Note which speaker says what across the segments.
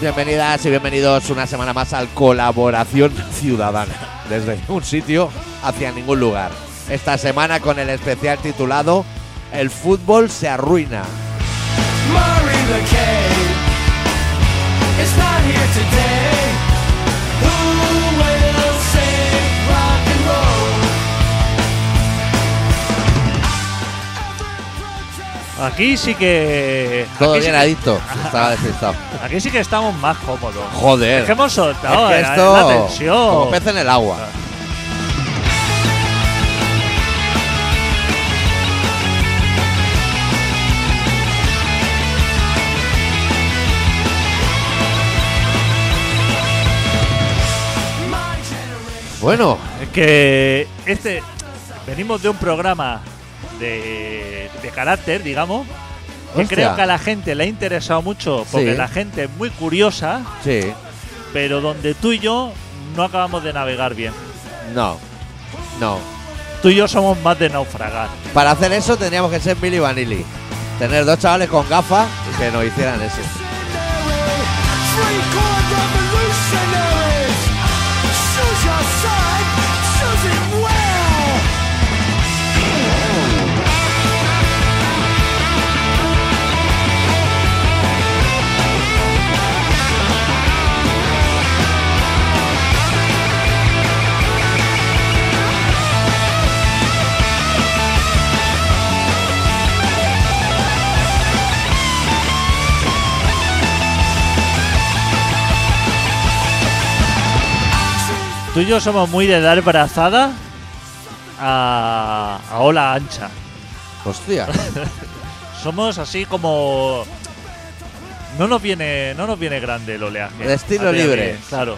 Speaker 1: Bienvenidas y bienvenidos una semana más al Colaboración Ciudadana, desde un sitio hacia ningún lugar. Esta semana con el especial titulado El fútbol se arruina.
Speaker 2: Murray McCain is not here today. Who will save rock and roll?
Speaker 3: Aquí sí que.
Speaker 1: Todo
Speaker 3: aquí
Speaker 1: bien
Speaker 3: sí
Speaker 1: adicto, estaba despistado.
Speaker 3: que, aquí sí que estamos más cómodos.
Speaker 1: Joder,
Speaker 3: Es que hemos soltado
Speaker 1: es que
Speaker 3: la-
Speaker 1: esto
Speaker 3: la tensión. Ah.
Speaker 1: como pez en el agua. Bueno,
Speaker 3: Que este. Venimos de un programa de, de carácter, digamos. Que
Speaker 1: Hostia.
Speaker 3: creo que a la gente le ha interesado mucho porque
Speaker 1: Sí.
Speaker 3: la gente es muy curiosa,
Speaker 1: sí,
Speaker 3: pero donde tú y yo no acabamos de navegar bien.
Speaker 1: no, no.
Speaker 3: Tú y yo somos más de naufragar.
Speaker 1: Para hacer eso tendríamos que ser Billy Vanilli. Tener dos chavales con gafas y que nos hicieran ese.
Speaker 2: Mercenary, free corps revolutionaries. Choose your side, choose it well.
Speaker 3: Tú y yo somos muy de dar brazada a, a ola ancha.
Speaker 1: Hostia.
Speaker 3: Somos así como no nos viene no nos viene grande el oleaje.
Speaker 1: De estilo
Speaker 3: Así
Speaker 1: libre.
Speaker 3: que, claro.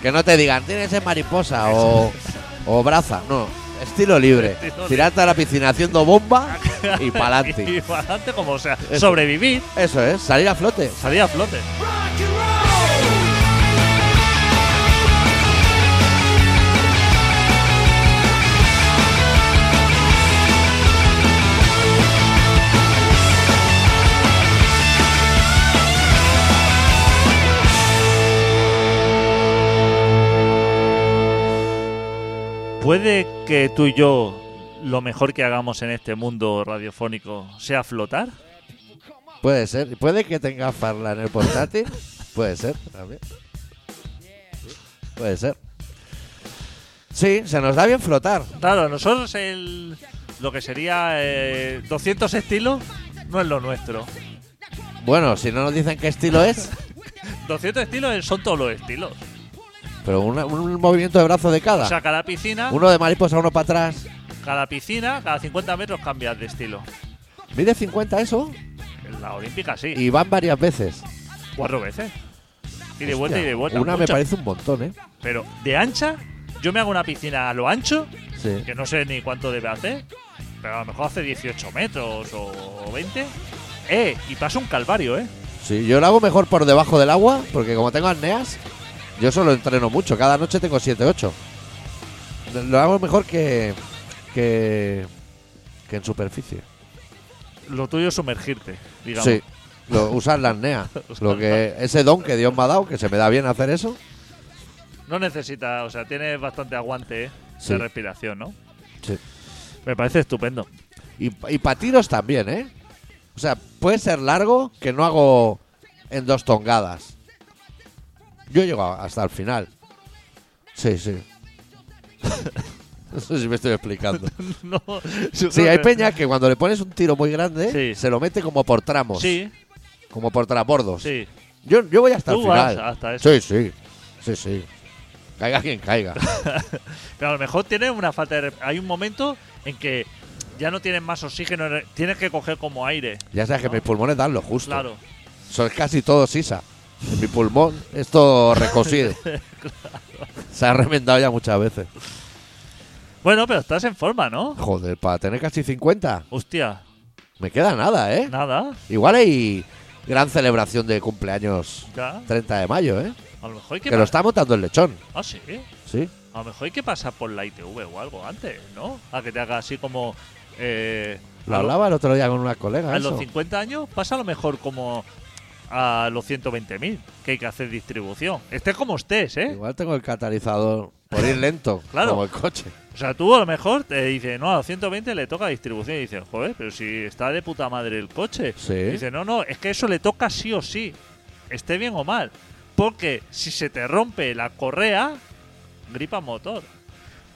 Speaker 1: Que no te digan, tienes en mariposa o, o braza. No, estilo libre.
Speaker 3: Estilo libre.
Speaker 1: Tirarte a la piscina haciendo bomba y
Speaker 3: y
Speaker 1: pa'lante.
Speaker 3: pa'lante como o sea,
Speaker 1: Eso.
Speaker 3: sobrevivir,
Speaker 1: Eso es, salir a flote.
Speaker 3: salir a flote.
Speaker 2: Rock and roll.
Speaker 3: ¿Puede que tú y yo lo mejor que hagamos en este mundo radiofónico sea flotar?
Speaker 1: Puede ser. Puede que tenga farla en el portátil. Puede ser también. Puede ser. Sí, se nos da bien flotar.
Speaker 3: Claro, nosotros el lo que sería eh, 200 estilos no es lo nuestro.
Speaker 1: Bueno, si no nos dicen qué estilo es,
Speaker 3: 200 estilos son todos los estilos.
Speaker 1: pero una- un movimiento de brazo de
Speaker 3: O
Speaker 1: cada.
Speaker 3: sea, cada piscina,
Speaker 1: Ah. Uno de mariposa, uno para atrás.
Speaker 3: cada piscina, cada 50 metros cambias de estilo.
Speaker 1: Mide 50 eso
Speaker 3: En la olímpica sí.
Speaker 1: y van varias veces.
Speaker 3: Cuatro veces. Y de vuelta y
Speaker 1: Hostia,
Speaker 3: de vuelta.
Speaker 1: Una me
Speaker 3: muchas.
Speaker 1: parece un montón, ¿eh?
Speaker 3: Pero de ancha, yo me hago una piscina a lo ancho,
Speaker 1: Sí.
Speaker 3: que no sé ni cuánto debe hacer, pero a lo mejor hace 18 metros o 20. Eh, y pasa un calvario, ¿eh?
Speaker 1: Sí, yo lo hago mejor por debajo del agua, porque como tengo apneas, yo solo entreno mucho. Cada noche tengo 7, 8. Lo hago mejor que, que, que en superficie.
Speaker 3: Lo tuyo es sumergirte, digamos.
Speaker 1: Sí, lo, usar la apnea. lo que, ese don que Dios me ha dado, que se me da bien hacer eso.
Speaker 3: No necesitas, o sea, tienes bastante aguante ¿eh?
Speaker 1: Sí.
Speaker 3: de respiración, ¿no?
Speaker 1: Sí.
Speaker 3: Me parece estupendo.
Speaker 1: Y, y para tiros también, ¿eh? O sea, puede ser largo que no hago en dos tongadas. Yo llego a- hasta el final. Sí, sí. no sé si me estoy explicando.
Speaker 3: no,
Speaker 1: Sí, hay peña que cuando le pones un tiro muy grande,
Speaker 3: Sí.
Speaker 1: se lo mete como por tramos.
Speaker 3: Sí,
Speaker 1: Como por trasbordos.
Speaker 3: sí.
Speaker 1: Yo, yo voy hasta
Speaker 3: Tú
Speaker 1: el final.
Speaker 3: vas hasta eso.
Speaker 1: sí, sí. Sí, sí. Caiga quien caiga.
Speaker 3: Pero a lo mejor tienes una falta de... Hay un momento en que ya no tienes más oxígeno, re- tienes que coger como aire.
Speaker 1: ya sabes que
Speaker 3: No.
Speaker 1: mis pulmones dan lo justo.
Speaker 3: Claro.
Speaker 1: Son casi todo sisa. En mi pulmón, esto recosido. Se ha remendado ya muchas veces.
Speaker 3: Bueno, pero estás en forma, ¿no?
Speaker 1: Joder, para tener casi 50,
Speaker 3: Hostia,
Speaker 1: me queda nada, ¿eh?
Speaker 3: nada.
Speaker 1: Igual hay gran celebración de cumpleaños
Speaker 3: Ya.
Speaker 1: 30 de mayo, ¿eh?
Speaker 3: A lo mejor hay que...
Speaker 1: Que lo
Speaker 3: pa-
Speaker 1: está montando el lechón,
Speaker 3: Ah, sí.
Speaker 1: ¿sí?
Speaker 3: A lo mejor hay que pasar por la ITV o algo antes, ¿no? A que te haga así como... Eh,
Speaker 1: Lo
Speaker 3: a lo-
Speaker 1: hablaba el otro día con una colega.
Speaker 3: A
Speaker 1: eso.
Speaker 3: los 50 años pasa a lo mejor como... a los 120.000, que hay que hacer distribución. Estés como estés, ¿eh?
Speaker 1: Igual tengo el catalizador por ir lento,
Speaker 3: Claro.
Speaker 1: como el coche.
Speaker 3: O sea, tú a lo mejor te dice, no, a los 120 le toca distribución. Y dices, joder, pero si está de puta madre el coche.
Speaker 1: Sí.
Speaker 3: Y dice, no, no, es que eso le toca sí o sí, esté bien o mal. Porque si se te rompe la correa, gripa motor.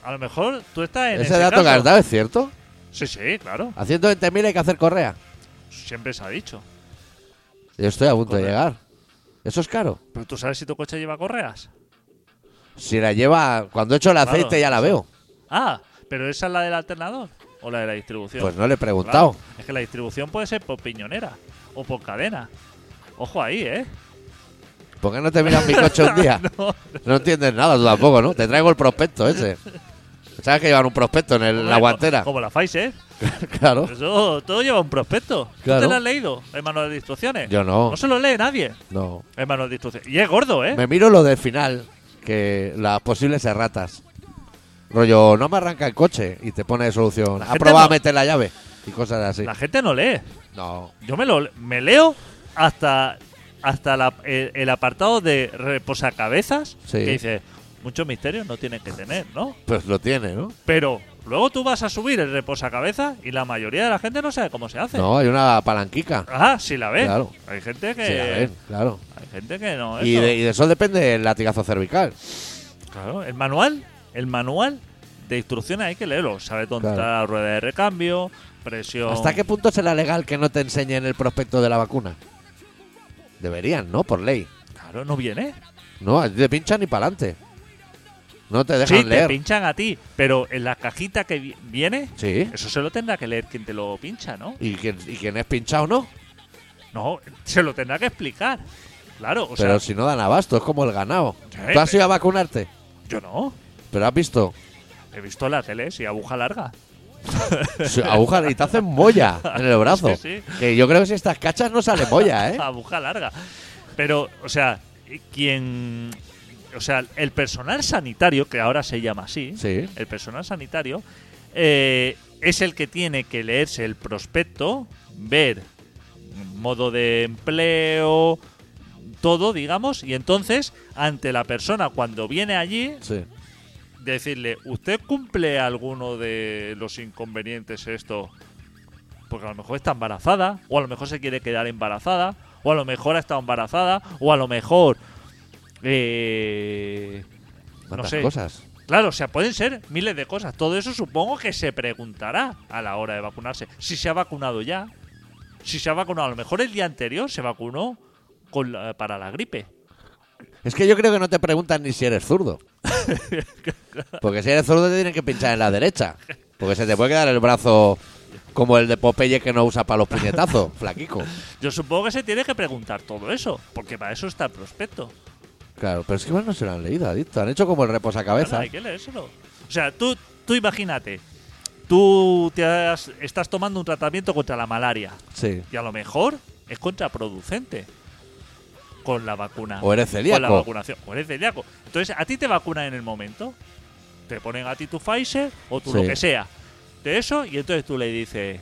Speaker 3: A lo mejor tú estás en
Speaker 1: Ese
Speaker 3: ese
Speaker 1: dato que
Speaker 3: caso.
Speaker 1: has dado es cierto.
Speaker 3: Sí, sí, claro.
Speaker 1: A 120.000 hay que hacer correa.
Speaker 3: Siempre se ha dicho.
Speaker 1: Yo estoy a punto de
Speaker 3: Correa.
Speaker 1: llegar. Eso es caro.
Speaker 3: Pero tú sabes si tu coche lleva correas.
Speaker 1: Si la lleva. Cuando echo el
Speaker 3: Claro,
Speaker 1: aceite ya la veo.
Speaker 3: Ah, pero esa es la del alternador o la de la distribución.
Speaker 1: Pues no le he
Speaker 3: Claro,
Speaker 1: preguntado.
Speaker 3: Es que la distribución puede ser por piñonera o por cadena. Ojo ahí, ¿eh?
Speaker 1: ¿Por qué no te miras mi coche un día?
Speaker 3: No.
Speaker 1: No entiendes nada tú tampoco, ¿no? Te traigo el prospecto ese. ¿Sabes que llevan un prospecto en el- la
Speaker 3: Hombre,
Speaker 1: guantera?
Speaker 3: Como la Pfizer.
Speaker 1: Claro.
Speaker 3: Eso, todo lleva un prospecto. ¿Tú
Speaker 1: Claro.
Speaker 3: te lo has leído? El manual de instrucciones.
Speaker 1: Yo no.
Speaker 3: No se lo lee nadie.
Speaker 1: No.
Speaker 3: El manual de instrucciones. Y es gordo, ¿eh?
Speaker 1: Me miro lo del final, que las posibles erratas. Rollo, no me arranca el coche y te pone de solución.
Speaker 3: La
Speaker 1: Ha
Speaker 3: gente
Speaker 1: probado a
Speaker 3: no-
Speaker 1: meter la llave y cosas así.
Speaker 3: La gente no lee.
Speaker 1: No.
Speaker 3: Yo me lo me leo hasta, hasta la- el, el apartado de reposacabezas
Speaker 1: Sí.
Speaker 3: que dice, muchos misterios no tienen que tener, ¿no?
Speaker 1: Pues lo tiene, ¿no?
Speaker 3: Pero luego tú vas a subir el reposacabezas y la mayoría de la gente no sabe cómo se hace.
Speaker 1: No, hay una palanquica.
Speaker 3: Ah, sí la ven.
Speaker 1: Claro.
Speaker 3: Hay gente que
Speaker 1: Sí, a ver, claro.
Speaker 3: hay gente que no
Speaker 1: Y
Speaker 3: eso.
Speaker 1: de, y de eso depende el latigazo cervical.
Speaker 3: Claro, el manual, el manual de instrucciones hay que leerlo. Sabe dónde
Speaker 1: Claro.
Speaker 3: está la rueda de recambio, presión.
Speaker 1: ¿Hasta qué punto será legal que no te enseñen el prospecto de la vacuna? Deberían, ¿no? Por ley.
Speaker 3: Claro, no viene.
Speaker 1: No, a ti te pinchan y para adelante. No te dejan
Speaker 3: sí, te
Speaker 1: leer.
Speaker 3: pinchan a ti, pero en la cajita que vi- viene,
Speaker 1: Sí.
Speaker 3: eso se lo tendrá que leer quien te lo pincha, ¿no?
Speaker 1: ¿Y quien, y quien es pinchado no?
Speaker 3: No, se lo tendrá que explicar. Claro, o
Speaker 1: pero
Speaker 3: sea,
Speaker 1: si no dan abasto, es como el ganado.
Speaker 3: Sí,
Speaker 1: Tú has
Speaker 3: pero-
Speaker 1: ido a vacunarte,
Speaker 3: yo no.
Speaker 1: pero has visto
Speaker 3: He visto en la tele, sí, aguja larga.
Speaker 1: su- agujas y te hacen molla en el brazo.
Speaker 3: Sí, sí.
Speaker 1: Que yo creo que si estas cachas no sale molla, ¿eh?
Speaker 3: Aguja larga. Pero, o sea, quien. O sea, el personal sanitario, que ahora se llama así,
Speaker 1: Sí.
Speaker 3: el personal sanitario, eh, es el que tiene que leerse el prospecto, ver modo de empleo, todo, digamos, y entonces, ante la persona cuando viene allí,
Speaker 1: Sí.
Speaker 3: decirle, ¿usted cumple alguno de los inconvenientes esto? Porque a lo mejor está embarazada, o a lo mejor se quiere quedar embarazada, o a lo mejor ha estado embarazada, o a lo mejor... eh, no
Speaker 1: Tantas
Speaker 3: sé.
Speaker 1: cosas.
Speaker 3: Claro, o sea, pueden ser miles de cosas. Todo eso supongo que se preguntará a la hora de vacunarse. Si se ha vacunado ya, si se ha vacunado, a lo mejor el día anterior se vacunó con la- para la gripe.
Speaker 1: Es que yo creo que no te preguntan ni si eres zurdo. Porque si eres zurdo te tienen que pinchar en la derecha. Porque se te puede quedar el brazo como el de Popeye que no usa para los puñetazos, flaquico.
Speaker 3: Yo supongo que se tiene que preguntar todo eso, porque para eso está el prospecto.
Speaker 1: Claro, pero es que igual no se lo han leído, adicto. Han hecho como el
Speaker 3: Claro,
Speaker 1: reposacabezas.
Speaker 3: hay que leérselo. O sea, tú, tú imagínate, tú te has- estás tomando un tratamiento contra la malaria
Speaker 1: Sí.
Speaker 3: y a lo mejor es contraproducente con la vacuna.
Speaker 1: O eres
Speaker 3: Con la
Speaker 1: celíaco.
Speaker 3: vacunación. O eres celíaco. Entonces, a ti te vacunan en el momento. Te ponen a ti tu Pfizer o tú
Speaker 1: Sí.
Speaker 3: lo que sea. De eso, y entonces tú le dices,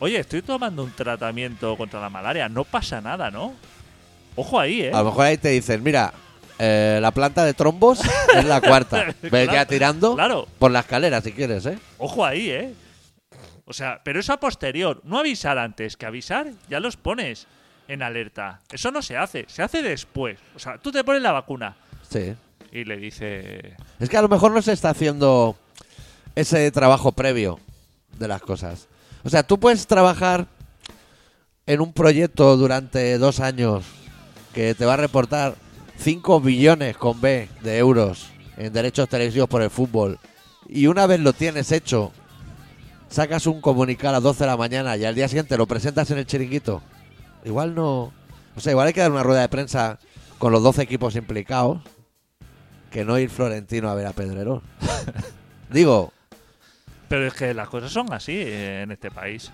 Speaker 3: oye, estoy tomando un tratamiento contra la malaria. No pasa nada, ¿no? Ojo ahí, ¿eh?
Speaker 1: A lo mejor ahí te dicen, mira, eh, la planta de trombos es la cuarta. Ves
Speaker 3: Claro,
Speaker 1: ya tirando
Speaker 3: claro.
Speaker 1: por la escalera si quieres, ¿eh?
Speaker 3: Ojo ahí, ¿eh? O sea, pero eso a posterior. No avisar antes que avisar, ya los pones en alerta. Eso no se hace, se hace después. O sea, tú te pones la vacuna
Speaker 1: Sí.
Speaker 3: y le dices...
Speaker 1: Es que a lo mejor no se está haciendo ese trabajo previo de las cosas. O sea, tú puedes trabajar en un proyecto durante dos años que te va a reportar 5 billones con B de euros en derechos televisivos por el fútbol. Y una vez lo tienes hecho, sacas un comunicado a las 12 de la mañana y al día siguiente lo presentas en el chiringuito. Igual no. O sea, igual hay que dar una rueda de prensa con los 12 equipos implicados que no ir Florentino a ver a Pedrerón. Digo,
Speaker 3: Pero es que las cosas son así eh, en este país.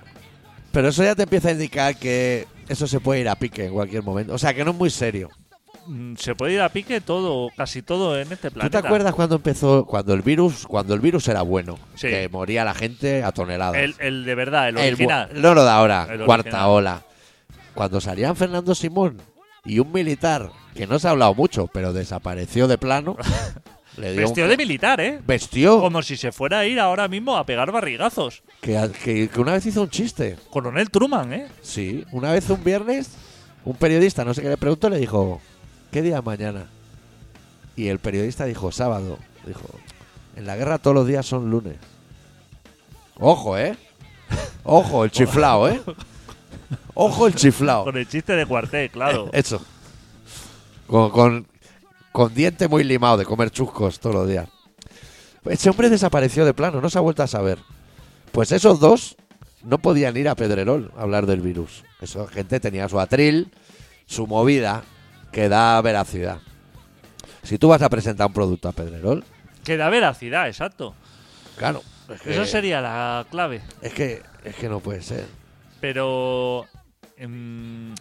Speaker 1: pero eso ya te empieza a indicar que eso se puede ir a pique en cualquier momento. O sea, que no es muy serio.
Speaker 3: Mm, se puede ir a pique todo, casi todo en este
Speaker 1: ¿Tú
Speaker 3: planeta.
Speaker 1: te acuerdas cuando empezó, cuando el virus, cuando el virus era bueno?
Speaker 3: Sí.
Speaker 1: Que moría la gente a toneladas.
Speaker 3: El, el de verdad, el
Speaker 1: El bu-
Speaker 3: original.
Speaker 1: no lo de ahora,
Speaker 3: El
Speaker 1: cuarta
Speaker 3: original.
Speaker 1: ola. Cuando salían Fernando Simón Y un militar, que no se ha hablado mucho, pero desapareció de plano, le dio un
Speaker 3: Vestido de militar, ¿eh?
Speaker 1: Vestió,
Speaker 3: Como si se fuera a ir ahora mismo a pegar barrigazos.
Speaker 1: que, que- que una vez hizo un chiste.
Speaker 3: Coronel Truman, ¿eh?
Speaker 1: Sí, una vez un viernes, un periodista, no sé qué le preguntó, le dijo, ¿qué día mañana? Y el periodista dijo, sábado. Dijo, en la guerra todos los días son lunes. Ojo, ¿eh? Ojo, el chiflao, ¿eh? Ojo, el chiflao.
Speaker 3: Con el chiste de cuartel, claro.
Speaker 1: Eso. Con, con, con diente muy limado de comer chuscos todos los días. Ese hombre desapareció de plano, no se ha vuelto a saber. Pues esos dos no podían ir a Pedrerol a hablar del virus. Esa gente tenía su atril, su movida, que da veracidad. Si tú vas a presentar un producto a Pedrerol,
Speaker 3: que da veracidad, exacto.
Speaker 1: claro. Es que,
Speaker 3: Eso sería la clave.
Speaker 1: es que, es que no puede ser.
Speaker 3: Pero. em,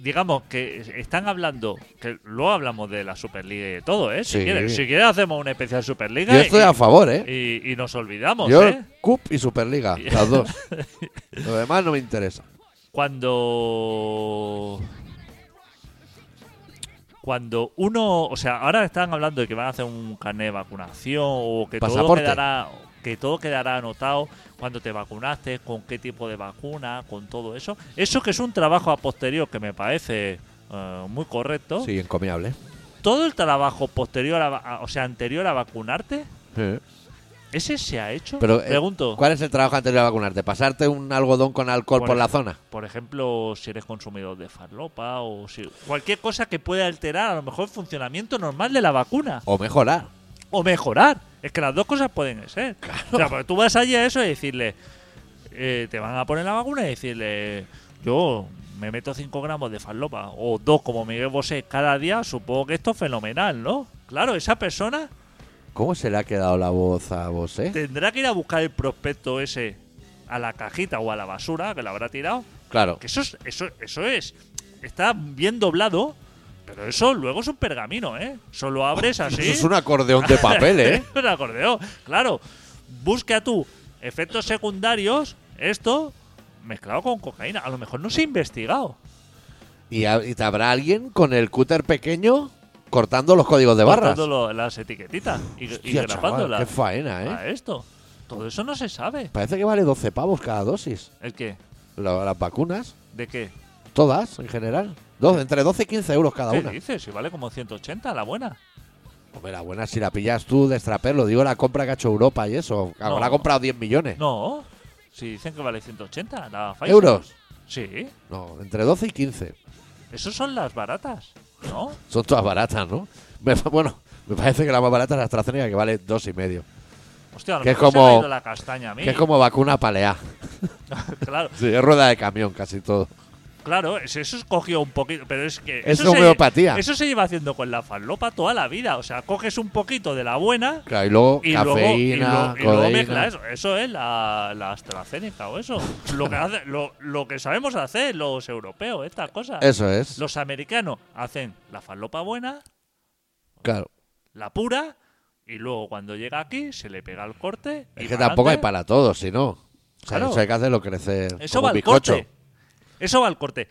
Speaker 3: digamos que están hablando. Que luego hablamos de la Superliga y de todo, ¿eh? Si
Speaker 1: Sí.
Speaker 3: quieres, si quieres hacemos una especial Superliga.
Speaker 1: Yo estoy
Speaker 3: y,
Speaker 1: a favor, ¿eh?
Speaker 3: y- y nos olvidamos,
Speaker 1: Yo,
Speaker 3: ¿eh?
Speaker 1: Cup y Superliga, las dos. Lo demás no me interesa.
Speaker 3: Cuando. Cuando uno. O sea, ahora están hablando de que van a hacer un carnet de vacunación o que todo
Speaker 1: Pasaporte.
Speaker 3: quedará. Que todo quedará anotado cuando te vacunaste, con qué tipo de vacuna, con todo eso. Eso que es un trabajo a posterior que me parece eh, muy correcto.
Speaker 1: Sí, encomiable.
Speaker 3: Todo el trabajo posterior, a va- a- o sea, anterior a vacunarte,
Speaker 1: Sí.
Speaker 3: ¿ese se ha hecho?
Speaker 1: Pero, eh,
Speaker 3: Pregunto.
Speaker 1: ¿Cuál es el trabajo anterior a vacunarte? ¿Pasarte un algodón con alcohol por
Speaker 3: Por
Speaker 1: la
Speaker 3: ejemplo.
Speaker 1: zona?
Speaker 3: Por ejemplo, si eres consumidor de farlopa o si cualquier cosa que pueda alterar a lo mejor el funcionamiento normal de la vacuna
Speaker 1: O mejorar.
Speaker 3: o mejorar. Es que las dos cosas pueden ser. O sea, porque tú vas allí a eso y decirle, eh, te van a poner la vacuna y decirle, yo me meto 5 gramos de farlopa o 2 como Miguel Bosé cada día, supongo que esto es fenomenal, ¿no? Claro, esa persona
Speaker 1: ¿Cómo se le ha quedado la voz a vos, eh?
Speaker 3: tendrá que ir a buscar el prospecto ese a la cajita o a la basura que la habrá tirado
Speaker 1: Claro.
Speaker 3: Que eso es, eso, eso es. Está bien doblado, pero eso luego es un pergamino, ¿eh? Solo abres así.
Speaker 1: Eso es un acordeón de papel, ¿eh?
Speaker 3: un acordeón. Claro. Busca tú efectos secundarios, esto mezclado con cocaína. A lo mejor no se ha investigado.
Speaker 1: y, ha- y te habrá alguien con el cúter pequeño cortando los códigos de barras.
Speaker 3: Cortando lo- las etiquetitas y, y
Speaker 1: Hostia, chaval,
Speaker 3: grapándolas
Speaker 1: qué faena, ¿eh?
Speaker 3: a esto. Todo eso no se sabe.
Speaker 1: Parece que vale 12 pavos cada dosis.
Speaker 3: ¿El qué?
Speaker 1: Lo- las vacunas,
Speaker 3: ¿De qué?
Speaker 1: todas en general. Dos, entre 12 y 15 euros cada
Speaker 3: ¿Qué
Speaker 1: una.
Speaker 3: dices? Si vale como 180 la buena.
Speaker 1: Hombre, la buena si la pillas tú de estrapelo. Digo la compra que ha hecho Europa y eso.
Speaker 3: No.
Speaker 1: Habrá comprado 10 millones.
Speaker 3: No. Si dicen que vale 180 la Pfizer.
Speaker 1: ¿Euros?
Speaker 3: Sí.
Speaker 1: No, entre 12 y 15.
Speaker 3: Esas son las baratas, ¿no?
Speaker 1: Son todas baratas, ¿no? Me- bueno, me parece que la más barata es la AstraZeneca, que vale dos y medio.
Speaker 3: Hostia, a lo
Speaker 1: Que es
Speaker 3: mejor se
Speaker 1: como-
Speaker 3: me ha ido la castaña a mí.
Speaker 1: Que es como vacuna palea.
Speaker 3: claro,
Speaker 1: Sí, es rueda de camión casi todo.
Speaker 3: claro, es- eso es cogido un poquito, pero es que...
Speaker 1: Es
Speaker 3: eso se-
Speaker 1: homeopatía.
Speaker 3: Eso se lleva haciendo con la falopa toda la vida. O sea, coges un poquito de la buena
Speaker 1: Claro, y luego
Speaker 3: y luego, y
Speaker 1: cafeína,
Speaker 3: lo- y luego
Speaker 1: codeína.
Speaker 3: mezclas eso. Eso es la, la AstraZeneca o eso. Lo que, hace- lo, lo que sabemos hacer los europeos, estas cosas.
Speaker 1: Eso es.
Speaker 3: Los americanos hacen la falopa buena,
Speaker 1: Claro.
Speaker 3: la pura, y luego cuando llega aquí se le pega el corte. y
Speaker 1: Es que
Speaker 3: pa'lante.
Speaker 1: tampoco hay para todos, si no. O sea,
Speaker 3: Claro.
Speaker 1: eso hay que hacerlo crecer.
Speaker 3: Eso
Speaker 1: como
Speaker 3: va al
Speaker 1: bizcocho.
Speaker 3: corte. Eso va al corte.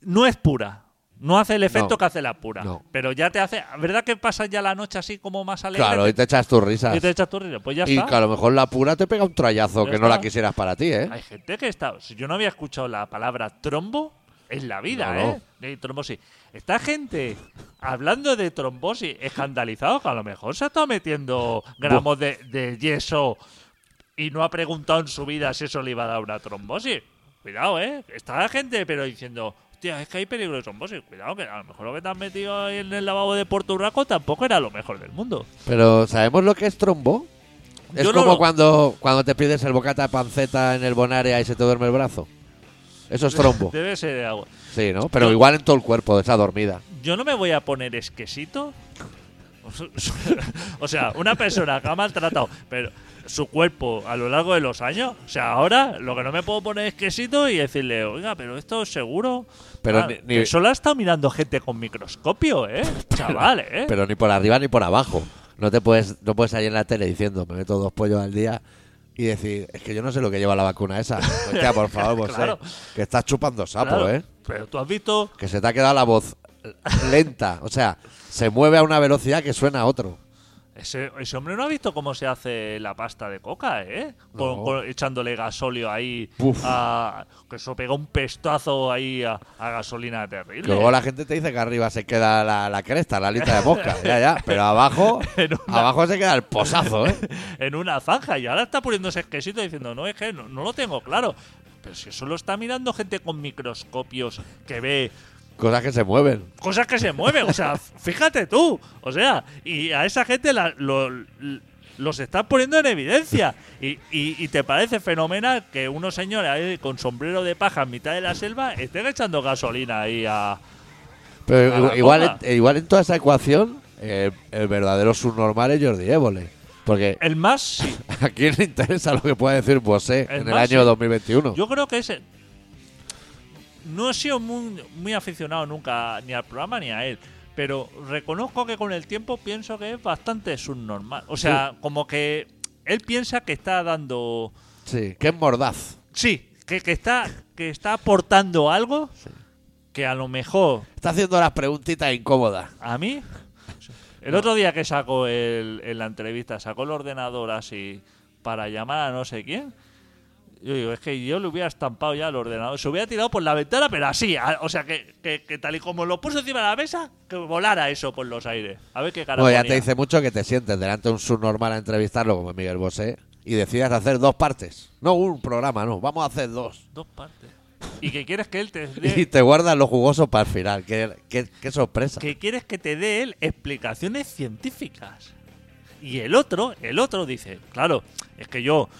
Speaker 3: No es pura. No hace el efecto
Speaker 1: No.
Speaker 3: que hace la pura.
Speaker 1: No.
Speaker 3: Pero ya te hace. ¿Verdad que pasas ya la noche así como más alegre?
Speaker 1: Claro, y te echas tus risas.
Speaker 3: y te echas tu río. Pues ya
Speaker 1: Y
Speaker 3: está.
Speaker 1: que a lo mejor la pura te pega un trayazo
Speaker 3: Ya
Speaker 1: que no la
Speaker 3: está.
Speaker 1: quisieras para ti, ¿eh?
Speaker 3: Hay gente que está. si Yo no había escuchado la palabra trombo en la vida,
Speaker 1: No, no.
Speaker 3: ¿eh? De trombosis. Esta gente hablando de trombosis, escandalizado, que a lo mejor se ha estado metiendo gramos de, de yeso y no ha preguntado en su vida si eso le iba a dar una trombosis. Cuidado, ¿eh? Está la gente, pero diciendo. Hostia, es que hay peligro de trombosis. Cuidado, que a lo mejor lo que te has metido ahí en el lavabo de Puerto Urraco tampoco era lo mejor del mundo.
Speaker 1: Pero ¿sabemos lo que es trombo? Es
Speaker 3: Yo no
Speaker 1: como
Speaker 3: lo-
Speaker 1: cuando, cuando te pides el bocata de panceta en el bonaria y se te duerme el brazo. Eso es trombo.
Speaker 3: Debe ser algo.
Speaker 1: Sí, ¿no? Pero
Speaker 3: Yo-
Speaker 1: igual en todo el cuerpo, de esa dormida.
Speaker 3: Yo no me voy a poner exquisito. O sea, una persona que ha maltratado pero su cuerpo a lo largo de los años. O sea, ahora lo que no me puedo poner exquisito y decirle, oiga, pero esto es seguro.
Speaker 1: Pero
Speaker 3: Ah,
Speaker 1: ni- ni-
Speaker 3: que solo ha estado mirando gente con microscopio, ¿eh? Chaval, ¿eh?
Speaker 1: Pero ah, ni por arriba ni por abajo. No te puedes, no puedes salir en la tele diciendo, me meto dos pollos al día y decir, es que yo no sé lo que lleva la vacuna esa. Hostia, por favor, vos,
Speaker 3: Claro.
Speaker 1: que estás chupando sapo,
Speaker 3: Claro,
Speaker 1: ¿eh?
Speaker 3: Pero tú has visto.
Speaker 1: Que se te ha quedado la voz lenta. O sea, se mueve a una velocidad que suena a otro.
Speaker 3: Ese, ese hombre no ha visto cómo se hace la pasta de coca, ¿eh? Con-
Speaker 1: No.
Speaker 3: con- echándole gasóleo ahí.
Speaker 1: Uf.
Speaker 3: a- que eso pega un pestazo ahí a, a gasolina terrible.
Speaker 1: Que luego la gente te dice que arriba se queda la, la cresta, la alita de mosca. Ya, ya. Pero abajo,
Speaker 3: En una-
Speaker 1: abajo se queda el posazo, ¿eh?
Speaker 3: en una zanja y ahora está poniéndose exquisito diciendo, no, es que no, no lo tengo claro. Pero si eso lo está mirando gente con microscopios que ve
Speaker 1: Cosas que se mueven.
Speaker 3: cosas que se mueven, o sea, fíjate tú, o sea, y a esa gente la- lo- los están poniendo en evidencia. Y, y- y te parece fenomenal que unos señores ahí con sombrero de paja en mitad de la selva estén echando gasolina ahí a... A
Speaker 1: Pero
Speaker 3: la
Speaker 1: igual,
Speaker 3: coca.
Speaker 1: en, igual en toda esa ecuación, eh, el verdadero subnormal es Jordi Évole. Porque
Speaker 3: El más, sí.
Speaker 1: ¿a quién le interesa lo que pueda decir Bosé
Speaker 3: El
Speaker 1: en el
Speaker 3: más,
Speaker 1: año
Speaker 3: sí.
Speaker 1: 2021?
Speaker 3: Yo creo que ese. No he sido muy, muy aficionado nunca ni al programa ni a él. Pero reconozco que con el tiempo pienso que es bastante subnormal. O sea, como que él piensa que está dando.
Speaker 1: Sí, que es mordaz.
Speaker 3: Sí, que, que está, que está aportando algo que a lo mejor
Speaker 1: Está haciendo las preguntitas incómodas.
Speaker 3: a mí. El otro día que sacó el, en la entrevista, sacó el ordenador así para llamar a no sé quién. Yo digo, es que yo le hubiera estampado ya el ordenador. Se hubiera tirado por la ventana, pero así. a- o sea, que, que- que tal y como lo puso encima de la mesa, que volara eso por los aires. A ver qué cara
Speaker 1: Bueno, ya
Speaker 3: ponía.
Speaker 1: te dice mucho que te sientes delante de un subnormal a entrevistarlo como Miguel Bosé y decidas hacer dos partes. No un programa, no. Vamos a hacer dos.
Speaker 3: Dos partes. Y que quieres que él te
Speaker 1: Y
Speaker 3: dé...
Speaker 1: te guardas los jugosos para el final. Qué, qué- qué sorpresa.
Speaker 3: que quieres que te dé él explicaciones científicas. Y el otro, el otro dice, claro, es que yo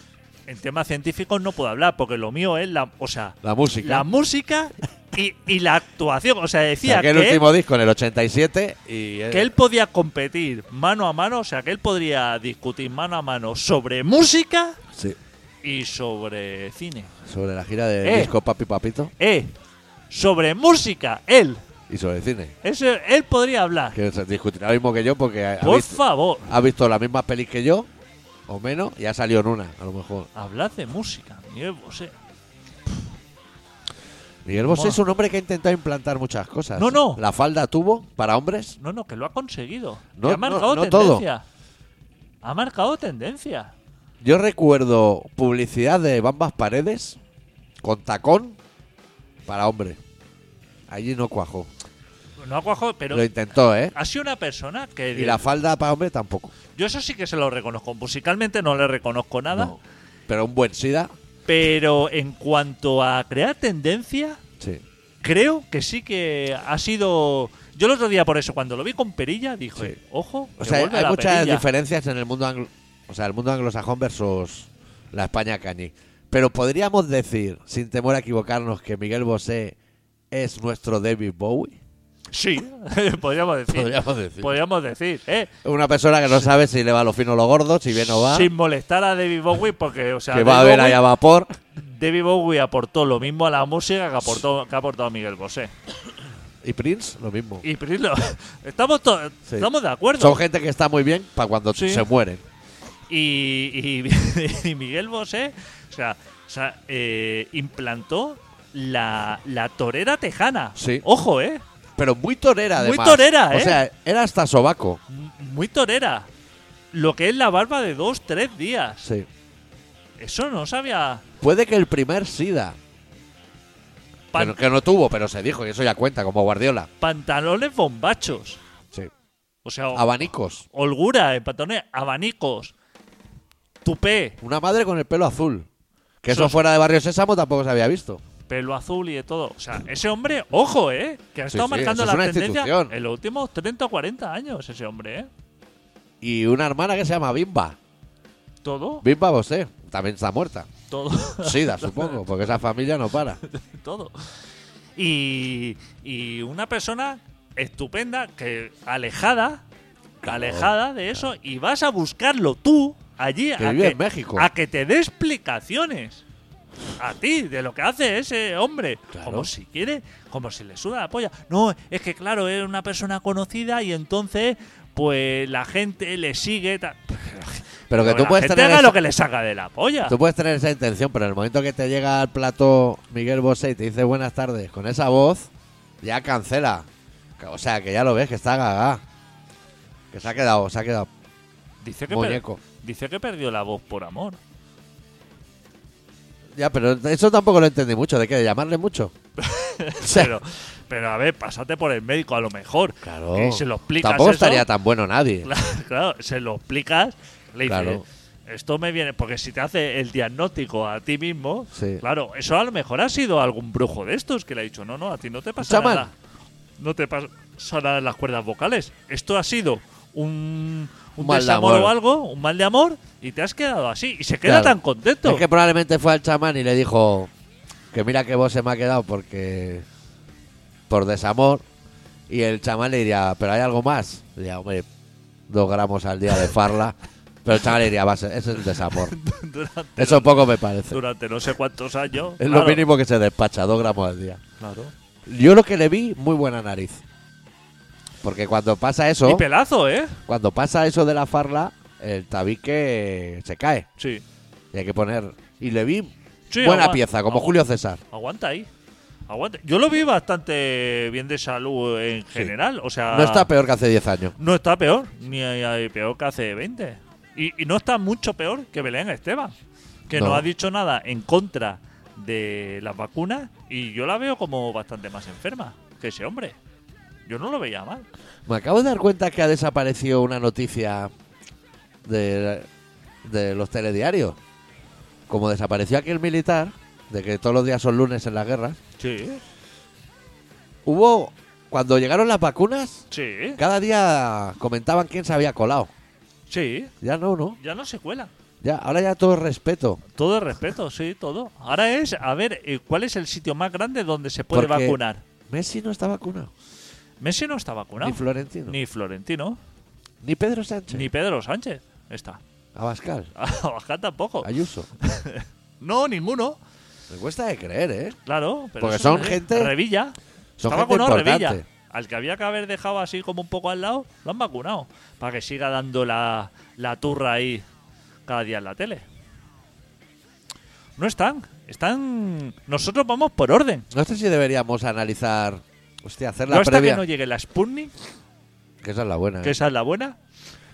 Speaker 3: en temas científicos no puedo hablar porque lo mío es la, o sea,
Speaker 1: La música.
Speaker 3: la música y, y la actuación. O sea, decía
Speaker 1: Saqué el
Speaker 3: que, él,
Speaker 1: último disco en el 87 y... eh,
Speaker 3: que él podía competir mano a mano, o sea, que él podría discutir mano a mano sobre música
Speaker 1: Sí,
Speaker 3: y sobre cine.
Speaker 1: sobre la gira de
Speaker 3: Eh.
Speaker 1: disco Papi Papito
Speaker 3: Eh, sobre música, él,
Speaker 1: y sobre el cine.
Speaker 3: ese, él podría hablar.
Speaker 1: Que se discutirá lo mismo que yo porque ha, ha
Speaker 3: Por
Speaker 1: visto,
Speaker 3: favor,
Speaker 1: ha visto la misma peli que yo, o menos, y ha salido en una, a lo mejor.
Speaker 3: hablad de música, Miguel Bosé.
Speaker 1: Miguel Bosé
Speaker 3: Mola.
Speaker 1: es un hombre que ha intentado implantar muchas cosas.
Speaker 3: No, no.
Speaker 1: La falda tuvo para hombres.
Speaker 3: No, no, que lo ha conseguido.
Speaker 1: No,
Speaker 3: Que ha marcado
Speaker 1: no, no todo.
Speaker 3: tendencia. Ha marcado tendencia.
Speaker 1: Yo recuerdo publicidad de Bambas Paredes con tacón para hombre. Allí no cuajó.
Speaker 3: No ha cuajado, pero
Speaker 1: Lo intentó, ¿eh?
Speaker 3: ha sido una persona que.
Speaker 1: Y la falda para hombre tampoco.
Speaker 3: Yo eso sí que se lo reconozco. Musicalmente no le reconozco nada.
Speaker 1: No. Pero un buen SIDA,
Speaker 3: Pero en cuanto a crear tendencia,
Speaker 1: sí.
Speaker 3: creo que sí que ha sido. Yo el otro día, por eso, cuando lo vi con Perilla, dije,
Speaker 1: Sí.
Speaker 3: ojo,
Speaker 1: O
Speaker 3: que
Speaker 1: sea,
Speaker 3: vuelve
Speaker 1: hay
Speaker 3: la
Speaker 1: muchas
Speaker 3: Perilla.
Speaker 1: diferencias en el mundo anglo- o sea, el mundo anglosajón versus la España cañí. Pero podríamos decir, sin temor a equivocarnos, que Miguel Bosé es nuestro David Bowie.
Speaker 3: Sí, podríamos decir.
Speaker 1: Podríamos decir.
Speaker 3: Podríamos decir, ¿eh?
Speaker 1: Una persona que no sabe si le va a lo fino o lo gordo, si bien o va,
Speaker 3: Sin molestar a David Bowie, porque, o sea,
Speaker 1: que va a
Speaker 3: David
Speaker 1: haber
Speaker 3: Bowie-
Speaker 1: ahí a vapor.
Speaker 3: David Bowie aportó lo mismo a la música que aportó que ha aportado Miguel Bosé.
Speaker 1: Y Prince, lo mismo.
Speaker 3: Y Prince lo- estamos to-
Speaker 1: Sí.
Speaker 3: estamos de acuerdo.
Speaker 1: Son gente que está muy bien para cuando
Speaker 3: Sí.
Speaker 1: se mueren.
Speaker 3: Y, y- y Miguel Bosé, o sea, o sea, eh, implantó la, la torera tejana.
Speaker 1: Sí.
Speaker 3: Ojo, eh.
Speaker 1: Pero muy torera,
Speaker 3: Muy
Speaker 1: además.
Speaker 3: torera, ¿eh?
Speaker 1: O sea, era hasta sobaco.
Speaker 3: M- Muy torera. Lo que es la barba de dos, tres días.
Speaker 1: Sí.
Speaker 3: Eso no sabía.
Speaker 1: Puede que el primer SIDA,
Speaker 3: pan-
Speaker 1: pero que no tuvo, pero se dijo, y eso ya cuenta, como Guardiola.
Speaker 3: pantalones bombachos.
Speaker 1: Sí.
Speaker 3: O sea,
Speaker 1: Abanicos.
Speaker 3: holgura en pantalones, abanicos, tupé,
Speaker 1: Una madre con el pelo azul. Que eso
Speaker 3: Sos-
Speaker 1: fuera de Barrio Sésamo tampoco se había visto.
Speaker 3: pelo azul y de todo. O sea, ese hombre, ojo, ¿eh? Que ha
Speaker 1: Sí,
Speaker 3: estado
Speaker 1: sí, eso
Speaker 3: marcando
Speaker 1: es
Speaker 3: la
Speaker 1: una
Speaker 3: tendencia
Speaker 1: institución.
Speaker 3: en los últimos 30 o 40 años, ese hombre, ¿eh?
Speaker 1: Y una hermana que se llama Bimba.
Speaker 3: Todo,
Speaker 1: Bimba Bosé. También está muerta.
Speaker 3: todo,
Speaker 1: Sida, supongo, porque esa familia no para.
Speaker 3: todo. Y, y una persona estupenda, que alejada,
Speaker 1: Claro,
Speaker 3: alejada de eso, y vas a buscarlo tú allí
Speaker 1: Que
Speaker 3: a,
Speaker 1: vive
Speaker 3: que,
Speaker 1: en México.
Speaker 3: a que te dé explicaciones. A ti, de lo que hace ese hombre.
Speaker 1: Claro.
Speaker 3: Como si quiere, como si le suda la polla. No, es que claro, es una persona conocida y entonces, pues la gente le sigue. ta-
Speaker 1: Pero que
Speaker 3: Pero
Speaker 1: tú
Speaker 3: la
Speaker 1: puedes
Speaker 3: gente
Speaker 1: tener
Speaker 3: haga
Speaker 1: esa-
Speaker 3: lo que le saca de la polla.
Speaker 1: Tú puedes tener esa intención, pero en el momento que te llega al plato Miguel Bosé y te dice buenas tardes con esa voz, ya cancela. O sea, que ya lo ves, que está gaga. Que se ha quedado, se ha quedado
Speaker 3: Dice que, per-
Speaker 1: muñeco.
Speaker 3: dice que perdió la voz por amor.
Speaker 1: Ya, pero eso tampoco lo entendí mucho, de que de llamarle mucho. O sea,
Speaker 3: Pero, pero a ver, pásate por el médico a lo mejor.
Speaker 1: claro.
Speaker 3: Que se lo explicas
Speaker 1: Tampoco
Speaker 3: eso.
Speaker 1: estaría tan bueno nadie.
Speaker 3: Claro, claro, se lo explicas, le dices,
Speaker 1: Claro.
Speaker 3: esto me viene, porque si te hace el diagnóstico a ti mismo,
Speaker 1: Sí.
Speaker 3: claro, eso a lo mejor ha sido algún brujo de estos que le ha dicho, no, no, a ti no te pasa
Speaker 1: chamán.
Speaker 3: nada. No te pasa nada en las cuerdas vocales. Esto ha sido un, un
Speaker 1: mal de
Speaker 3: desamor
Speaker 1: amor.
Speaker 3: o algo, un mal de amor, y te has quedado así. Y se queda
Speaker 1: Claro.
Speaker 3: tan contento.
Speaker 1: Es que probablemente fue al chamán y le dijo que mira que vos se me ha quedado porque por desamor. Y el chamán le diría, pero hay algo más. Le diría, hombre, dos gramos al día de farla. pero el chamán le diría, va a ser- ese es el desamor.
Speaker 3: durante,
Speaker 1: Eso poco me parece.
Speaker 3: durante no sé cuántos años.
Speaker 1: Es lo
Speaker 3: claro,
Speaker 1: mínimo que se despacha, dos gramos al día.
Speaker 3: claro.
Speaker 1: Yo lo que le vi, muy buena nariz. Porque cuando pasa
Speaker 3: Y
Speaker 1: eso,
Speaker 3: pelazo, ¿eh?
Speaker 1: cuando pasa eso de la farla, el tabique se cae.
Speaker 3: Sí.
Speaker 1: Y hay que poner. Y le vi
Speaker 3: Sí,
Speaker 1: buena
Speaker 3: agua-
Speaker 1: pieza, como
Speaker 3: agua-
Speaker 1: Julio César.
Speaker 3: Aguanta ahí. Aguanta. Yo lo vi bastante bien de salud en general. O sea,
Speaker 1: No está peor que hace 10 años.
Speaker 3: no está peor, ni hay- hay peor que hace 20. Y, y no está mucho peor que Belén Esteban, que no.
Speaker 1: No.
Speaker 3: ha dicho nada en contra de las vacunas y yo la veo como bastante más enferma que ese hombre. Yo no lo veía mal.
Speaker 1: Me acabo de dar cuenta que ha desaparecido una noticia de, de los telediarios. Como desapareció aquel militar, de que todos los días son lunes en la guerra,
Speaker 3: Sí,
Speaker 1: hubo, cuando llegaron las vacunas,
Speaker 3: sí,
Speaker 1: cada día comentaban quién se había colado.
Speaker 3: sí.
Speaker 1: Ya no, ¿no?
Speaker 3: Ya no se cuela.
Speaker 1: Ya, ahora ya todo es respeto.
Speaker 3: Todo el respeto, sí, todo. Ahora es, a ver, eh, ¿cuál es el sitio más grande donde se puede
Speaker 1: Porque-
Speaker 3: vacunar?
Speaker 1: Messi no está vacunado.
Speaker 3: Messi no está vacunado.
Speaker 1: Ni Florentino. Ni,
Speaker 3: Ni Florentino,
Speaker 1: Pedro Sánchez.
Speaker 3: ni Pedro Sánchez está.
Speaker 1: Abascal.
Speaker 3: Abascal tampoco.
Speaker 1: Ayuso.
Speaker 3: No, ninguno.
Speaker 1: Me cuesta de creer, ¿eh?
Speaker 3: Claro. Pero
Speaker 1: Porque
Speaker 3: eso
Speaker 1: son
Speaker 3: es-
Speaker 1: gente-
Speaker 3: Revilla.
Speaker 1: Son
Speaker 3: está
Speaker 1: gente
Speaker 3: vacunado Revilla.
Speaker 1: importante.
Speaker 3: Al que había que haber dejado así como un poco al lado, lo han vacunado. Para que siga dando la, la turra ahí cada día en la tele. No están. Están. Nosotros vamos por orden.
Speaker 1: No sé si deberíamos analizar. Hostia, hacer la
Speaker 3: no hasta
Speaker 1: previa.
Speaker 3: que no llegue la Sputnik,
Speaker 1: Que esa es la buena.
Speaker 3: que
Speaker 1: ¿eh?
Speaker 3: esa es la buena.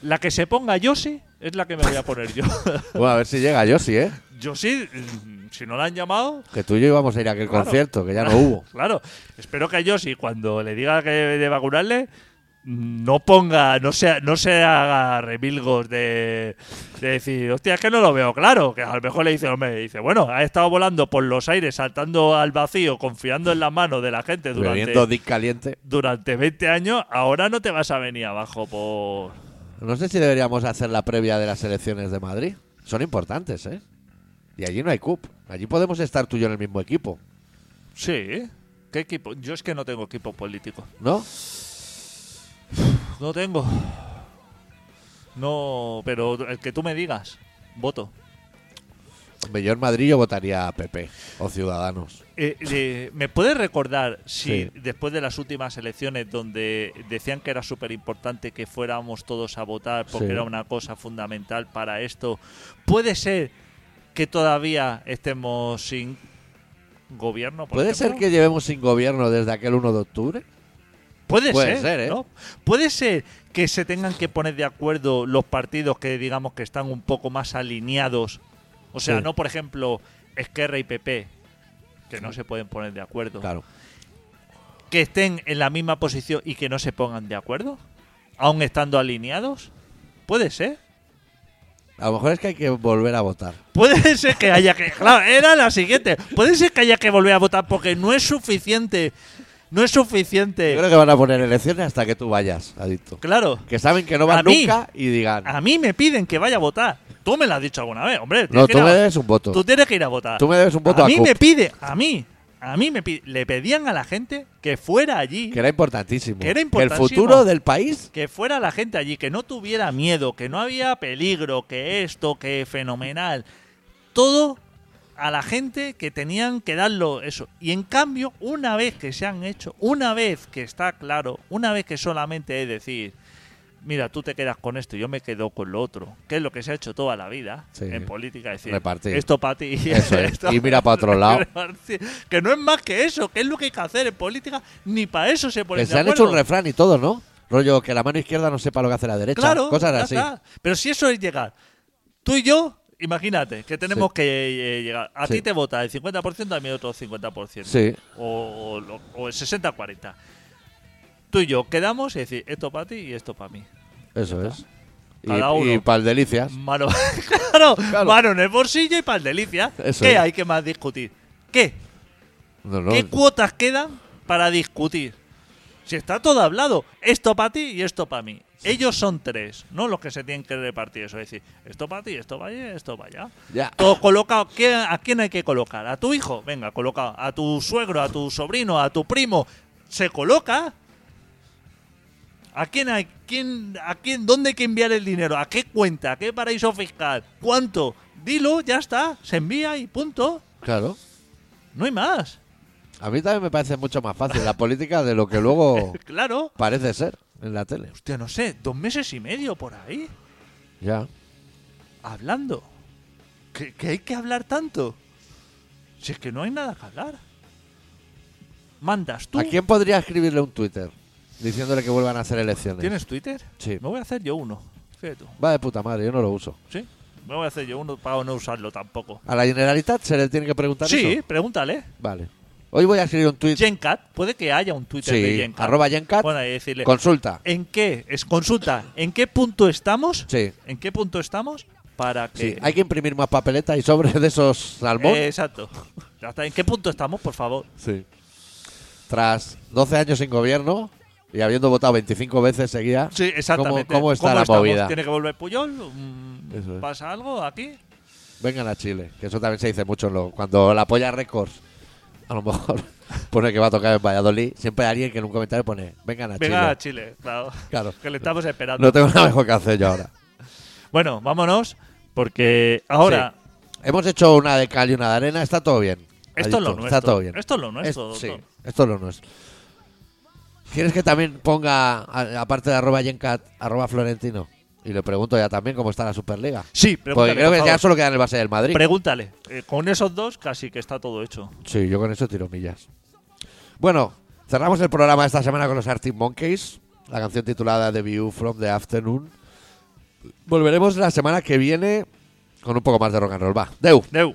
Speaker 3: La que se ponga Yoshi es la que me voy a poner yo.
Speaker 1: Bueno, a ver si llega yo, sí, ¿eh?
Speaker 3: Yoshi, mm, si no la han llamado,
Speaker 1: Que tú y yo íbamos a ir a aquel
Speaker 3: Claro.
Speaker 1: concierto, que ya no hubo.
Speaker 3: Claro, espero que a Yoshi cuando le diga que debe de vacunarle no ponga, no sea, no se haga remilgos de, de decir, hostia, es que no lo veo claro, que a lo mejor le dice, hombre, dice, bueno, ha estado volando por los aires, saltando al vacío, confiando en la mano de la gente
Speaker 1: Bebiendo
Speaker 3: durante,
Speaker 1: Dick Caliente.
Speaker 3: durante 20 años, ahora no te vas a venir abajo por...
Speaker 1: No sé si deberíamos hacer la previa de las elecciones de Madrid. Son importantes, ¿eh? Y allí no hay cup. Allí podemos estar tú y yo en el mismo equipo,
Speaker 3: Sí, ¿qué equipo? Yo es que no tengo equipo político.
Speaker 1: ¿no?
Speaker 3: No tengo. No, pero el que tú me digas, voto.
Speaker 1: Hombre, yo en Madrid yo votaría a PP o Ciudadanos.
Speaker 3: Eh, eh, ¿Me puedes recordar si
Speaker 1: Sí.
Speaker 3: después de las últimas elecciones donde decían que era súper importante que fuéramos todos a votar porque
Speaker 1: Sí.
Speaker 3: era una cosa fundamental para esto, puede ser que todavía estemos sin gobierno? por
Speaker 1: ¿Puede
Speaker 3: ejemplo?
Speaker 1: ser que llevemos sin gobierno desde aquel 1 de octubre?
Speaker 3: Puede,
Speaker 1: Puede
Speaker 3: ser,
Speaker 1: ser, ¿eh?
Speaker 3: ¿no? Puede ser que se tengan que poner de acuerdo los partidos que digamos que están un poco más alineados. O sea,
Speaker 1: Sí.
Speaker 3: no por ejemplo Esquerra y PP, que no se pueden poner de acuerdo.
Speaker 1: Claro.
Speaker 3: Que estén en la misma posición y que no se pongan de acuerdo, aun estando alineados. Puede ser.
Speaker 1: A lo mejor es que hay que volver a votar.
Speaker 3: Puede ser que haya que. Claro, era la siguiente. Puede ser que haya que volver a votar porque no es suficiente. No es
Speaker 1: Yo
Speaker 3: suficiente.
Speaker 1: creo que van a poner elecciones hasta que tú vayas, adicto.
Speaker 3: Claro.
Speaker 1: Que saben que no van
Speaker 3: A mí. Ah,
Speaker 1: nunca y digan,
Speaker 3: A mí me piden que vaya a votar. Tú me lo has dicho alguna vez, hombre. tienes
Speaker 1: no,
Speaker 3: que
Speaker 1: tú
Speaker 3: ir a-
Speaker 1: me debes un voto.
Speaker 3: tú tienes que ir a votar.
Speaker 1: Tú me debes un voto
Speaker 3: a
Speaker 1: a
Speaker 3: mí
Speaker 1: CUP,
Speaker 3: me pide, a mí, a mí me pide, le pedían a la gente que fuera allí,
Speaker 1: que era importantísimo.
Speaker 3: Que era
Speaker 1: el
Speaker 3: importantísimo.
Speaker 1: futuro del país,
Speaker 3: que fuera la gente allí, que no tuviera miedo, que no había peligro, que esto, que fenomenal. Todo a la gente que tenían que darlo eso. Y en cambio, una vez que se han hecho, una vez que está claro, una vez que solamente es decir, mira, tú te quedas con esto y yo me quedo con lo otro, que es lo que se ha hecho toda la vida
Speaker 1: Sí.
Speaker 3: en política, es decir,
Speaker 1: Repartir.
Speaker 3: esto para ti
Speaker 1: Eso es.
Speaker 3: esto
Speaker 1: Y mira pa' otro lado.
Speaker 3: Repartir. Que no es más que eso, que es lo que hay que hacer en política, ni para eso se ponen
Speaker 1: Que
Speaker 3: de
Speaker 1: se han hecho
Speaker 3: acuerdo.
Speaker 1: un refrán y todo, ¿no? Rollo que la mano izquierda no sepa lo que hace la derecha.
Speaker 3: Claro,
Speaker 1: cosas
Speaker 3: ya
Speaker 1: así.
Speaker 3: está. Pero si eso es llegar, tú y yo, imagínate que tenemos que eh, llegar. A
Speaker 1: Sí.
Speaker 3: ti te vota el 50%, a mí otro 50%.
Speaker 1: Sí.
Speaker 3: O, o lo- o el 60-40. Tú y yo quedamos y decir esto para ti y esto para mí.
Speaker 1: Eso es.
Speaker 3: Cada uno. Mm.
Speaker 1: Y, y pa'l delicias.
Speaker 3: Mano, claro,
Speaker 1: Claro.
Speaker 3: mano en el bolsillo y para el delicia.
Speaker 1: Eso
Speaker 3: ¿Qué
Speaker 1: es.
Speaker 3: hay que más discutir? ¿Qué?
Speaker 1: No, no.
Speaker 3: ¿Qué cuotas quedan para discutir? Si está todo hablado, esto para ti y esto para mí. Ellos son tres, no los que se tienen que repartir eso. Es decir, esto para ti, esto para allá, esto para allá.
Speaker 1: Ya.
Speaker 3: Todo colocado. ¿Qué- ¿A quién hay que colocar? ¿A tu hijo? Venga, coloca. ¿A tu suegro, a tu sobrino, a tu primo? ¿Se coloca? ¿A quién, hay, quién, ¿A quién? ¿Dónde hay que enviar el dinero? ¿A qué cuenta? ¿A qué paraíso fiscal? ¿Cuánto? Dilo, ya está. Se envía y punto.
Speaker 1: Claro.
Speaker 3: No hay más.
Speaker 1: A mí también me parece mucho más fácil la política de lo que luego
Speaker 3: Claro.
Speaker 1: parece ser en la tele.
Speaker 3: Hostia, no sé, dos meses y medio por ahí,
Speaker 1: Ya.
Speaker 3: hablando. ¿Que, que hay que hablar tanto? Si es que no hay nada que hablar. Mandas tú.
Speaker 1: ¿A quién podría escribirle un Twitter diciéndole que vuelvan a hacer elecciones?
Speaker 3: ¿Tienes Twitter?
Speaker 1: Sí.
Speaker 3: Me voy a hacer yo uno. Fíjate tú.
Speaker 1: Va de puta madre, yo no lo uso.
Speaker 3: Sí. Me voy a hacer yo uno para no usarlo tampoco.
Speaker 1: ¿A la Generalitat se le tiene que preguntar
Speaker 3: Sí,
Speaker 1: eso?
Speaker 3: pregúntale.
Speaker 1: Vale. Hoy voy a escribir un tweet.
Speaker 3: Gencat, puede que haya un Twitter de
Speaker 1: sí,
Speaker 3: Gencat.
Speaker 1: arroba Gencat.
Speaker 3: Bueno, y decirle. eh,
Speaker 1: Consulta.
Speaker 3: ¿En qué? Es consulta. ¿En qué punto estamos?
Speaker 1: Sí.
Speaker 3: ¿En qué punto estamos para que.
Speaker 1: Sí, hay que imprimir más papeletas y sobres de esos salmón.
Speaker 3: Eh, exacto. Ya está. ¿En qué punto estamos, por favor?
Speaker 1: Sí. Tras 12 años sin gobierno y habiendo votado 25 veces seguía,
Speaker 3: Sí, exactamente.
Speaker 1: ¿cómo, cómo está la
Speaker 3: estamos?
Speaker 1: movida?
Speaker 3: ¿Tiene que volver Puyol? Mm,
Speaker 1: Eso es.
Speaker 3: ¿Pasa algo aquí?
Speaker 1: Vengan a Chile, que eso también se dice mucho en lo- cuando la apoya Records. A lo mejor pone que va a tocar en Valladolid. Siempre hay alguien que en un comentario pone, vengan a
Speaker 3: Venga a
Speaker 1: Chile.
Speaker 3: Chile, claro.
Speaker 1: Claro.
Speaker 3: Que le estamos esperando.
Speaker 1: No tengo nada mejor que hacer yo ahora.
Speaker 3: Bueno, vámonos, porque ahora
Speaker 1: Hemos hecho una de cal y una de arena, está todo bien.
Speaker 3: esto es lo
Speaker 1: Adicto,
Speaker 3: nuestro.
Speaker 1: Está todo bien.
Speaker 3: Esto es lo nuestro,
Speaker 1: Es- sí,
Speaker 3: doctor.
Speaker 1: esto es lo nuestro. ¿Quieres que también ponga, a- aparte de arroba Gencat, arroba Florentino? Y le pregunto ya también cómo está la Superliga.
Speaker 3: Sí,
Speaker 1: Porque Pues
Speaker 3: pregúntale.
Speaker 1: creo
Speaker 3: por
Speaker 1: que ya
Speaker 3: favor.
Speaker 1: solo queda en el base del Madrid.
Speaker 3: Pregúntale. Eh, con esos dos casi que está todo hecho.
Speaker 1: Sí, yo con eso tiro millas. Bueno, cerramos el programa esta semana con los Arctic Monkeys, la canción titulada The View from the Afternoon. Volveremos la semana que viene con un poco más de rock and roll. Va, Deu.
Speaker 3: Deu.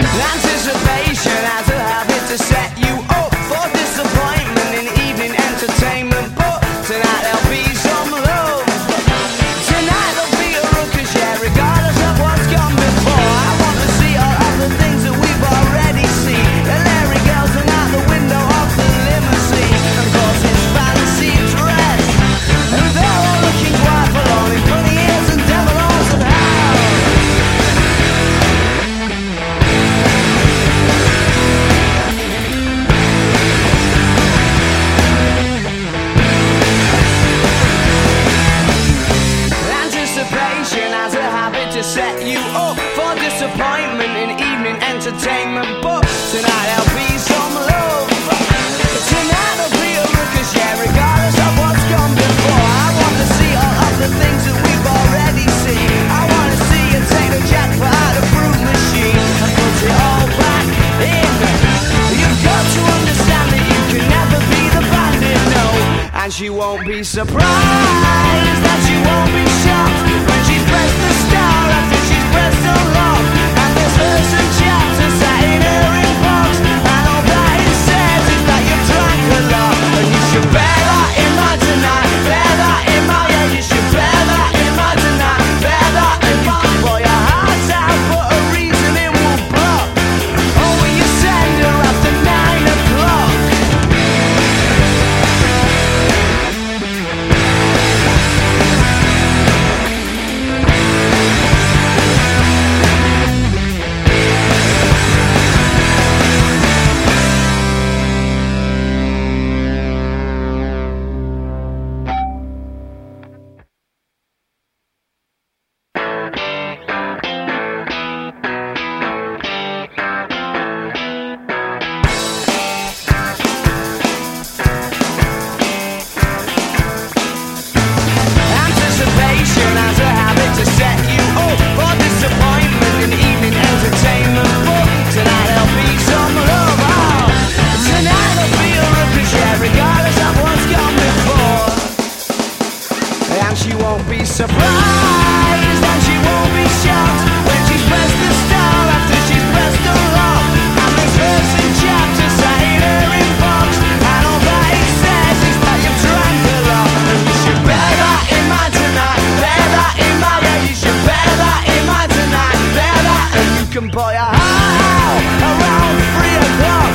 Speaker 2: Anticipation has a habit to set you up for disappointment in evening entertainment. But tonight there'll be some love. Tonight there'll be a ruckus, yeah, regardless of what's gone before. I want to see all of the things that we've already seen. The Larry girls and out the window of the limousine. Of course, it's fancy dress. And they're all looking quite forlorn in bunny ears and devil horns and hounds. Anticipation has a habit to set you up for disappointment in evening entertainment. But tonight there'll be some love. Tonight there'll be a ricochet, regardless of what's gone before. I want to see all of the things that we've already seen. I want to see you take the jackpot out of fruit machine and put it all back in. You've got to understand that you can never be the bandit, no. And she won't be surprised that she won't be shocked when she's pressed the star after she's pressed the lock. And there's verse and chapter sat in her inbox. And all that it says is that you've drank a lot. And you should bear that in mind tonight. Bear that in mind, yeah, you should bear that in mind tonight. Bear that in mind, boy, your heart's out, but a reason it won't block. Oh, will you send her after nine o'clock? mile around three o'clock.